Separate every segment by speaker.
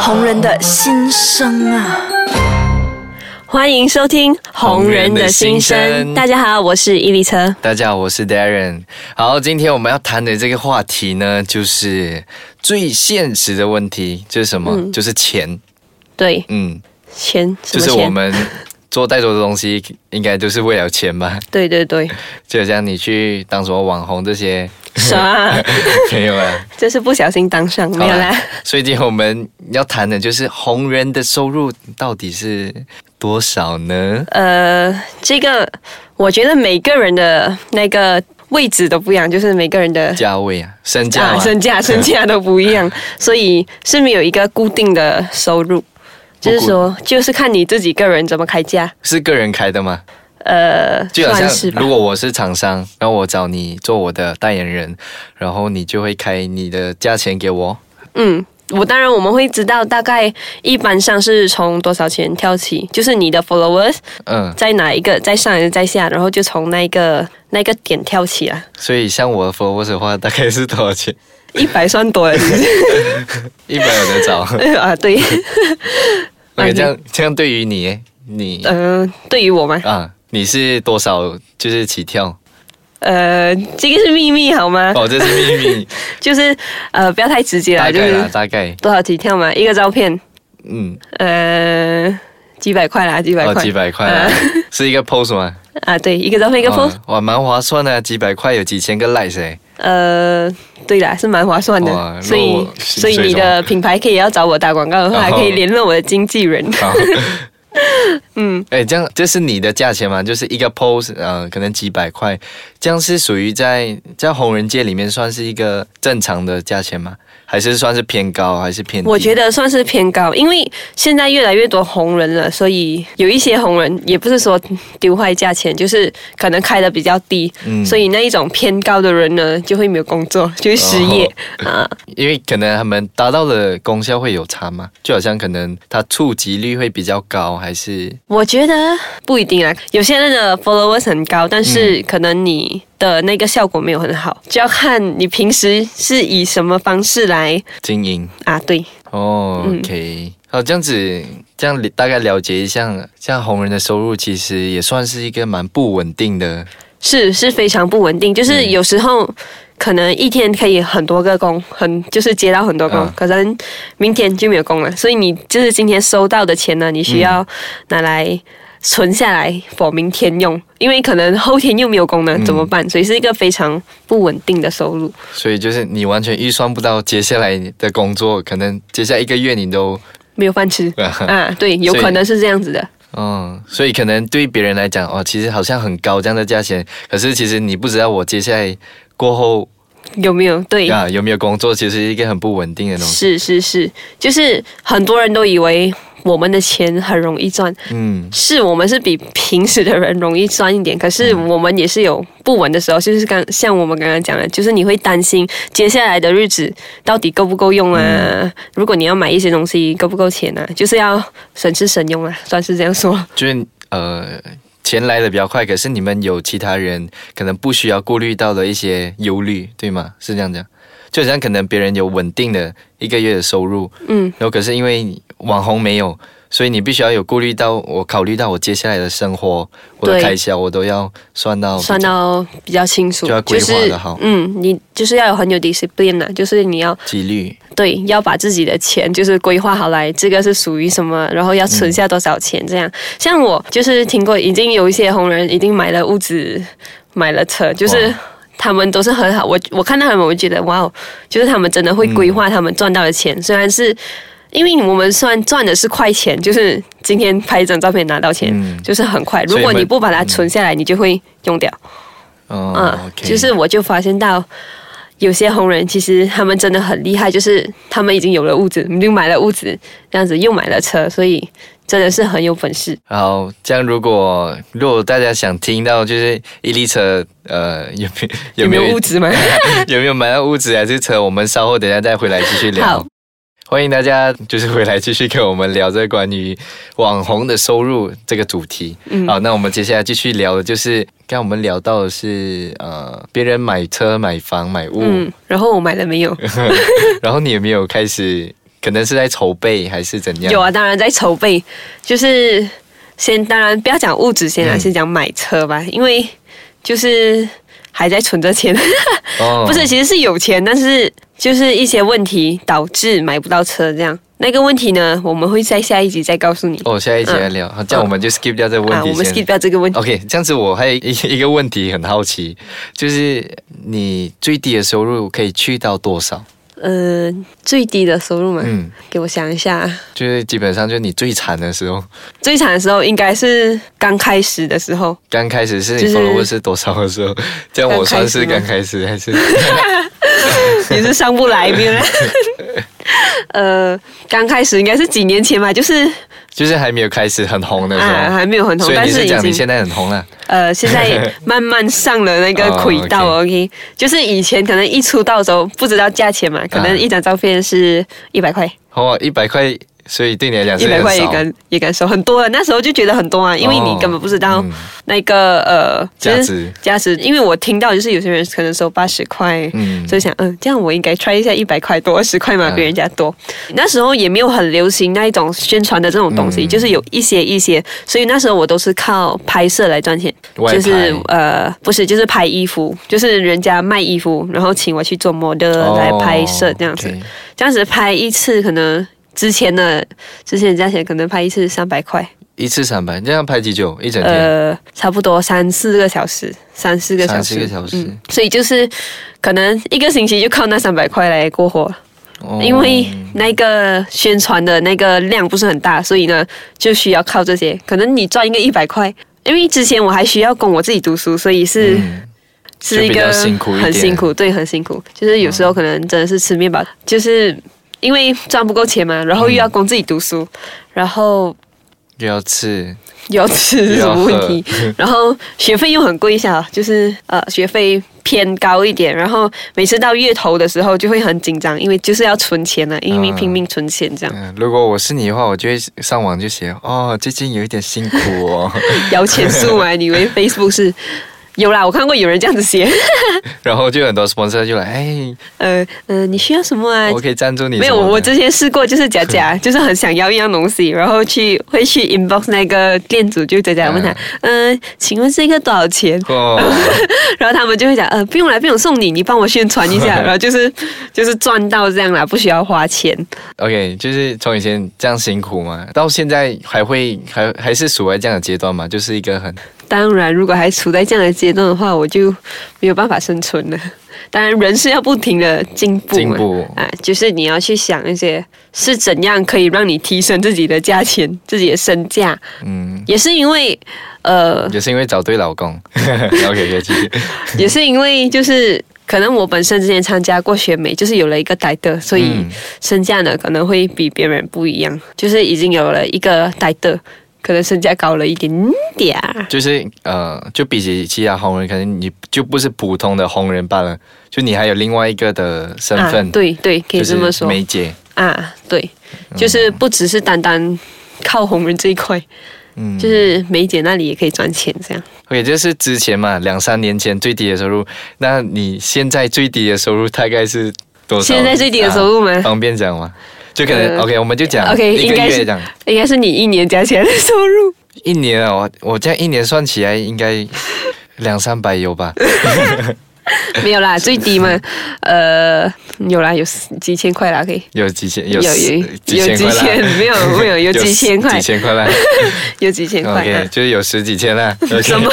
Speaker 1: 红人的心声啊！
Speaker 2: 欢迎收听《红人的心声》
Speaker 3: 红人的心声
Speaker 2: 大家好，我是伊丽车。
Speaker 3: 大家好，我是 Darren。好，今天我们要谈的这个话题呢，就是最现实的问题，就是什么？就是钱。
Speaker 2: 对，
Speaker 3: 嗯，
Speaker 2: 钱，嗯什
Speaker 3: 就
Speaker 2: 么
Speaker 3: 是
Speaker 2: 钱？
Speaker 3: 我们做太多的东西，应该都是为了钱吧？
Speaker 2: 对对对，
Speaker 3: 就好像你去当什么网红这些，
Speaker 2: 啥、
Speaker 3: 没 有啊？
Speaker 2: 这是不小心当上，没有
Speaker 3: 好
Speaker 2: 啦。。
Speaker 3: 所以今天我们要谈的就是红人的收入到底是多少呢？
Speaker 2: 呃，这个我觉得每个人的那个位置都不一样，就是每个人的
Speaker 3: 价位啊，身价、啊
Speaker 2: 啊身 价、身价都不一样，所以是没有一个固定的收入。就是说，就是看你自己个人怎么开价，
Speaker 3: 是个人开的吗？
Speaker 2: 呃，
Speaker 3: 就好
Speaker 2: 算
Speaker 3: 像
Speaker 2: 是吧
Speaker 3: 如。果我是厂商，然后我找你做我的代言人，然后你就会开你的价钱给我。
Speaker 2: 嗯，我当然我们会知道大概一般上是从多少钱跳起，就是你的 followers
Speaker 3: 嗯，
Speaker 2: 在哪一个在上还是在下，然后就从那一个那一个点跳起啊。
Speaker 3: 所以像我的 followers 的话，大概是多少钱？
Speaker 2: 一百算多了是不是
Speaker 3: 一百有得找。
Speaker 2: 啊？对，
Speaker 3: OK，这样这样对于你，你、
Speaker 2: 嗯、对于我嘛，
Speaker 3: 啊，你是多少就是起跳？
Speaker 2: 呃，这个是秘密好吗？
Speaker 3: 哦，这是 秘密，
Speaker 2: 就是呃，不要太直接
Speaker 3: 大
Speaker 2: 啦，就
Speaker 3: 概啦，
Speaker 2: 是
Speaker 3: 大概，
Speaker 2: 多少起跳嘛，一个照片，
Speaker 3: 嗯，
Speaker 2: 呃，几百块啦，几百
Speaker 3: 哦，
Speaker 2: 块，
Speaker 3: 几百块 啦，是一个 post 吗？
Speaker 2: 啊，对，一个照片一个 post，、
Speaker 3: 哦哇，蛮划算的，几百块有几千个 likes 哎。
Speaker 2: 呃，对啦，是蛮划算
Speaker 3: 哇
Speaker 2: 的，所
Speaker 3: 如
Speaker 2: 以
Speaker 3: 果
Speaker 2: 所以你的品牌可以要找我打广告的话，
Speaker 3: 然
Speaker 2: 还
Speaker 3: 后
Speaker 2: 可以联络我的经纪 人。
Speaker 3: 好，嗯，哎，这样这是你的价钱嘛？就是一个 post，呃，可能几百块，这样是属于在在红人界里面算是一个正常的价钱吗？还是算是偏高，还是偏低？
Speaker 2: 我觉得算是偏高，因为现在越来越多红人了，所以有一些红人也不是说丢坏价钱，就是可能开的比较低，
Speaker 3: 嗯
Speaker 2: 所以那一种偏高的人呢，就会没有工作，就会失业、
Speaker 3: 哦
Speaker 2: 啊。
Speaker 3: 因为可能他们达到的功效会有差嘛，就好像可能它触及率会比较高，还是
Speaker 2: 我觉得不一定啊，有些人的 followers 很高，但是
Speaker 3: 嗯
Speaker 2: 可能你的那个效果没有很好，就要看你平时是以什么方式来
Speaker 3: 经营。
Speaker 2: 啊，对，
Speaker 3: 哦、o k 好，这样子，这样大概了解一下，像红人的收入其实也算是一个蛮不稳定的，
Speaker 2: 是是非常不稳定，就是有时候可能一天可以很多个工，很就是接到很多工，
Speaker 3: 啊
Speaker 2: 可能明天就没有工了，所以你就是今天收到的钱呢，你需要拿来。存下来，for 明天用，因为可能后天又没有工了，怎么办？所以是一个非常不稳定的收入。
Speaker 3: 所以就是你完全预算不到接下来的工作，可能接下来一个月你都，
Speaker 2: 没有饭 吃啊，对，有
Speaker 3: 所以
Speaker 2: 可能是这样子的，
Speaker 3: 嗯，所以可能对别人来讲，哦，其实好像很高这样的价钱，可是其实你不知道我接下来过后
Speaker 2: 有没有？对，
Speaker 3: 啊有没有工作，其实是一个很不稳定的东西。
Speaker 2: 是是是，就是很多人都以为我们的钱很容易赚，
Speaker 3: 嗯，
Speaker 2: 是我们是比平时的人容易赚一点，可是
Speaker 3: 嗯
Speaker 2: 我们也是有不稳的时候，就是刚像我们刚刚讲的，就是你会担心接下来的日子到底够不够用啊？
Speaker 3: 嗯
Speaker 2: 如果你要买一些东西，够不够钱啊？就是要省吃省用啊，算是这样说。
Speaker 3: 就是呃。钱来的比较快，可是你们有其他人可能不需要顾虑到的一些忧虑，对吗？是这样讲，就好像可能别人有稳定的一个月的收入，
Speaker 2: 嗯，
Speaker 3: 然后可是因为网红没有，所以你必须要有顾虑到我考虑到我接下来的生活，我的
Speaker 2: 对
Speaker 3: 开销我都要算到
Speaker 2: 算到比较清楚，
Speaker 3: 就要规划
Speaker 2: 是
Speaker 3: 得好
Speaker 2: 嗯，你就是要有很有 discipline 啦，就是你要
Speaker 3: 几率。
Speaker 2: 对要把自己的钱就是规划好来，这个是属于什么，然后要存下多少钱，这样。像我就是听过，已经有一些红人已经买了屋子，买了车，就是
Speaker 3: 哇。
Speaker 2: 他们都是很好，我我看到他们，我觉得哇哦，就是他们真的会规划他们赚到的钱，虽然是因为我们虽然赚的是快钱，就是今天拍一张照片拿到钱，
Speaker 3: 嗯
Speaker 2: 就是很快。
Speaker 3: 所以
Speaker 2: 如果
Speaker 3: 我们嗯
Speaker 2: 你不把它存下来，你就会用掉。
Speaker 3: 哦、
Speaker 2: 嗯
Speaker 3: o，k
Speaker 2: 就是我就发现到有些红人其实他们真的很厉害，就是他们已经有了屋子，又买了屋子，这样子又买了车，所以真的是很有本事。
Speaker 3: 好，这样如果如果大家想听到就是伊丽车呃有没有没有
Speaker 2: 没有屋子吗？
Speaker 3: 有没有买到屋子还是车，我们稍后等一下再回来继续聊
Speaker 2: 好。
Speaker 3: 欢迎大家，就是回来继续跟我们聊这关于网红的收入这个主题。
Speaker 2: 嗯
Speaker 3: 好，那我们接下来继续聊的就是，刚刚我们聊到的是呃，别人
Speaker 2: 嗯
Speaker 3: 买车、买房、买物，
Speaker 2: 嗯，然后我买了没有？
Speaker 3: 然后你有没有开始可能是在筹备还是怎样？
Speaker 2: 有啊，当然在筹备，就是先当然不要讲物质先啊，
Speaker 3: 嗯
Speaker 2: 先讲买车吧，因为就是还在存着钱，
Speaker 3: 哦
Speaker 2: 不是其实是有钱，但是就是一些问题导致买不到车这样。那个问题呢，我们会在下一集再告诉你。
Speaker 3: 哦，下一集来聊，好这样我们就 skip 掉这个问
Speaker 2: 嗯啊，
Speaker 3: 题
Speaker 2: 我们
Speaker 3: 先。哦
Speaker 2: skip 掉这个问题。
Speaker 3: OK，这样子我还有一一个问题很好奇，就是你最低的收入可以去到多少？
Speaker 2: 呃，最低的收入嘛，
Speaker 3: 嗯，
Speaker 2: 给我想一下，
Speaker 3: 就是基本上就是你最惨的时候，
Speaker 2: 最惨的时候应该是刚开始的时 候，
Speaker 3: 刚开始是你
Speaker 2: 就是
Speaker 3: follow 是多少的 时候？这样我算是刚开始还是？
Speaker 2: 也是上不来边。呃，刚开始应该是几年前吧，就是
Speaker 3: 就是还没有开始很红的时候，
Speaker 2: 啊还没有很红，
Speaker 3: 所以
Speaker 2: 但
Speaker 3: 你
Speaker 2: 是
Speaker 3: 是
Speaker 2: 已
Speaker 3: 讲你
Speaker 2: 经
Speaker 3: 现在很红了、
Speaker 2: 呃现在慢慢上了那个轨道。
Speaker 3: 哦
Speaker 2: OK，就是以前可能一出道的时候不知道价钱嘛，可
Speaker 3: 啊
Speaker 2: 能一张照片是一百块，
Speaker 3: 哦，一百块，所以对你来讲
Speaker 2: 一
Speaker 3: 是
Speaker 2: 百
Speaker 3: 很
Speaker 2: 块也
Speaker 3: 少。
Speaker 2: 敢也敢收很多了。那时候就觉得很多啊，因为你
Speaker 3: 哦
Speaker 2: 根本不知道
Speaker 3: 嗯
Speaker 2: 那个、呃其实
Speaker 3: 价值
Speaker 2: 价值，因为我听到就是有些人可能收八十块，
Speaker 3: 嗯
Speaker 2: 所以想，嗯，这样我应该 try 一下一百块多、二十块嘛，
Speaker 3: 嗯
Speaker 2: 比人家多。那时候也没有很流行那一种宣传的这种东西，
Speaker 3: 嗯
Speaker 2: 就是有一些一些，所以那时候我都是靠拍摄来赚钱，
Speaker 3: 外拍
Speaker 2: 就是呃，不是，就是拍衣服，就是人家卖衣服，然后请我去做 model 呃
Speaker 3: 哦
Speaker 2: 来拍摄这样子，
Speaker 3: OK
Speaker 2: 这样子拍一次可能。之前的之前的价钱可能拍一次三百块，
Speaker 3: 一次三百，这样拍几久？一整天？
Speaker 2: 呃，差不多三四个小时，三四个小时，
Speaker 3: 三四个小时
Speaker 2: 嗯，所以就是可能一个星期就靠那三百块来过活了，
Speaker 3: 哦
Speaker 2: 因为那个宣传的那个量不是很大，所以呢就需要靠这些。可能你赚一个一百块，因为之前我还需要供我自己读书，所以是、
Speaker 3: 嗯
Speaker 2: 是一
Speaker 3: 就比较
Speaker 2: 个
Speaker 3: 辛苦一点
Speaker 2: 很辛苦，对，很辛苦。就是有时候可能真的是吃面包，就是因为赚不够钱嘛，然后又要供自己读书，然后
Speaker 3: 又要吃，
Speaker 2: 又要吃是什么问题？ 然后学费又很贵一下，就是呃学费偏高一点。然后每次到月头的时候就会很紧张，因为就是要存钱了、因为
Speaker 3: 嗯
Speaker 2: 拼命存钱 这样，
Speaker 3: 嗯，如果我是你的话，我就会上网就写哦，最近有一点辛苦 哦，
Speaker 2: 摇钱树嘛，你以 为 Facebook 是？有啦，我看过有人这样子写，
Speaker 3: 然后就很多 sponsor 就来，哎，
Speaker 2: 呃呃，你需要什么啊？
Speaker 3: 我可以赞助你什么的。
Speaker 2: 没有，我之前试过，就是假 假，就是很想要一样东西，然后去会去 inbox 那个店主，就假假问他，嗯、请问这个多少钱？
Speaker 3: 哦，
Speaker 2: 然后他们就会讲，呃，不用了，不用送你，你帮我宣传一 下，然后就是就是赚到这样啦，不需要花钱。
Speaker 3: OK，就是从以前这样辛苦嘛，到现在还会还还是处在这样的阶段嘛，就是一个很
Speaker 2: 当然，如果还处在这样的阶段的话，我就没有办法生存了。当然，人是要不停的进步
Speaker 3: 进
Speaker 2: 嘛，
Speaker 3: 步
Speaker 2: 啊，就是你要去想一些是怎样可以让你提升自己的价钱、自己的身价，
Speaker 3: 嗯，
Speaker 2: 也是因为，呃，
Speaker 3: 也是因为找对老公。OK，可以继续。
Speaker 2: 也是因为就是可能我本身之前参加过选美，就是有了一个 title，所以
Speaker 3: 嗯
Speaker 2: 身价呢可能会比别人不一样，就是已经有了一个 title，可能身价高了一点点儿。
Speaker 3: 就是呃，就比起其他红人，可能你就不是普通的红人罢了，就你还有另外一个的身份，
Speaker 2: 啊、，对对，可以这么说、
Speaker 3: 梅姐，
Speaker 2: 啊，对，就是不只是单单靠红人这一块，
Speaker 3: 嗯，
Speaker 2: 就是梅姐那里也可以赚钱这样。
Speaker 3: OK，这是之前嘛，两三年前最低的收入，那你现在最低的收入大概是多少？
Speaker 2: 现在最低的收入吗
Speaker 3: 啊方便讲吗？就可能、
Speaker 2: 呃
Speaker 3: OK，我们就讲
Speaker 2: OK，
Speaker 3: 一个
Speaker 2: 应该
Speaker 3: 月
Speaker 2: 是
Speaker 3: 这样，
Speaker 2: 应该是你一年加起来的收入。
Speaker 3: 一年啊，我我这样一年算起来应该 两三百有吧？
Speaker 2: 没有啦，最低嘛，呃，有啦，有几千块啦，可以。
Speaker 3: 有几千，
Speaker 2: 有
Speaker 3: 有
Speaker 2: 有
Speaker 3: 几
Speaker 2: 有
Speaker 3: 千
Speaker 2: 几
Speaker 3: 块啦
Speaker 2: 千，没有 没有有几千块
Speaker 3: 几，千块啦。
Speaker 2: 有 几千块，
Speaker 3: OK，
Speaker 2: 啊
Speaker 3: 就是有十几 千啦。OK
Speaker 2: 什么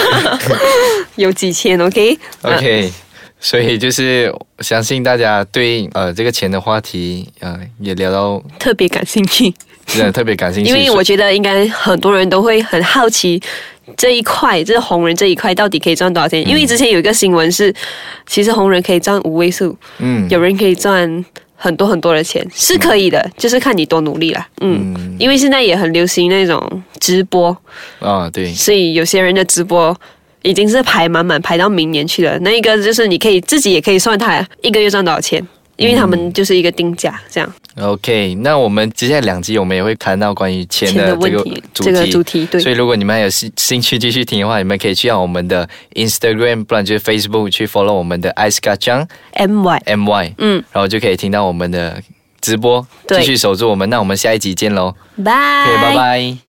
Speaker 2: 有几千？OK 啊
Speaker 3: OK，所以就是相信大家对呃这个钱的话题，呃也聊到
Speaker 2: 特别感兴趣，
Speaker 3: 真的特别感兴趣。
Speaker 2: 因为我觉得应该很多人都会很好奇这一块，这红人这一块到底可以赚多少
Speaker 3: 嗯
Speaker 2: 钱？因为之前有一个新闻是，其实红人可以赚五位数，
Speaker 3: 嗯
Speaker 2: 有人可以赚。很多很多的钱是可以的，就是看你多努力啦。嗯，
Speaker 3: 嗯
Speaker 2: 因为现在也很流行那种直播，
Speaker 3: 啊、对，
Speaker 2: 所以有些人的直播已经是排满满，排到明年去了。那一个就是你可以自己也可以算他一个月赚多少钱，因为他们就是一个定价这样。
Speaker 3: OK，那我们接下来两集我们也会谈到关于钱
Speaker 2: 钱
Speaker 3: 的
Speaker 2: 的
Speaker 3: 这个
Speaker 2: 问题
Speaker 3: 主题，
Speaker 2: 这个主题对
Speaker 3: 所以如果你们还有兴兴趣继续听的话，你们可以去到我们的 Instagram，不然就是 Facebook 去 follow 我们的 Ice g a j a n
Speaker 2: M Y
Speaker 3: g MY，
Speaker 2: 嗯，
Speaker 3: 然后就可以听到我们的直播，
Speaker 2: 对
Speaker 3: 继续守住我们。那我们下一集见喽，
Speaker 2: 拜
Speaker 3: 可以，拜拜。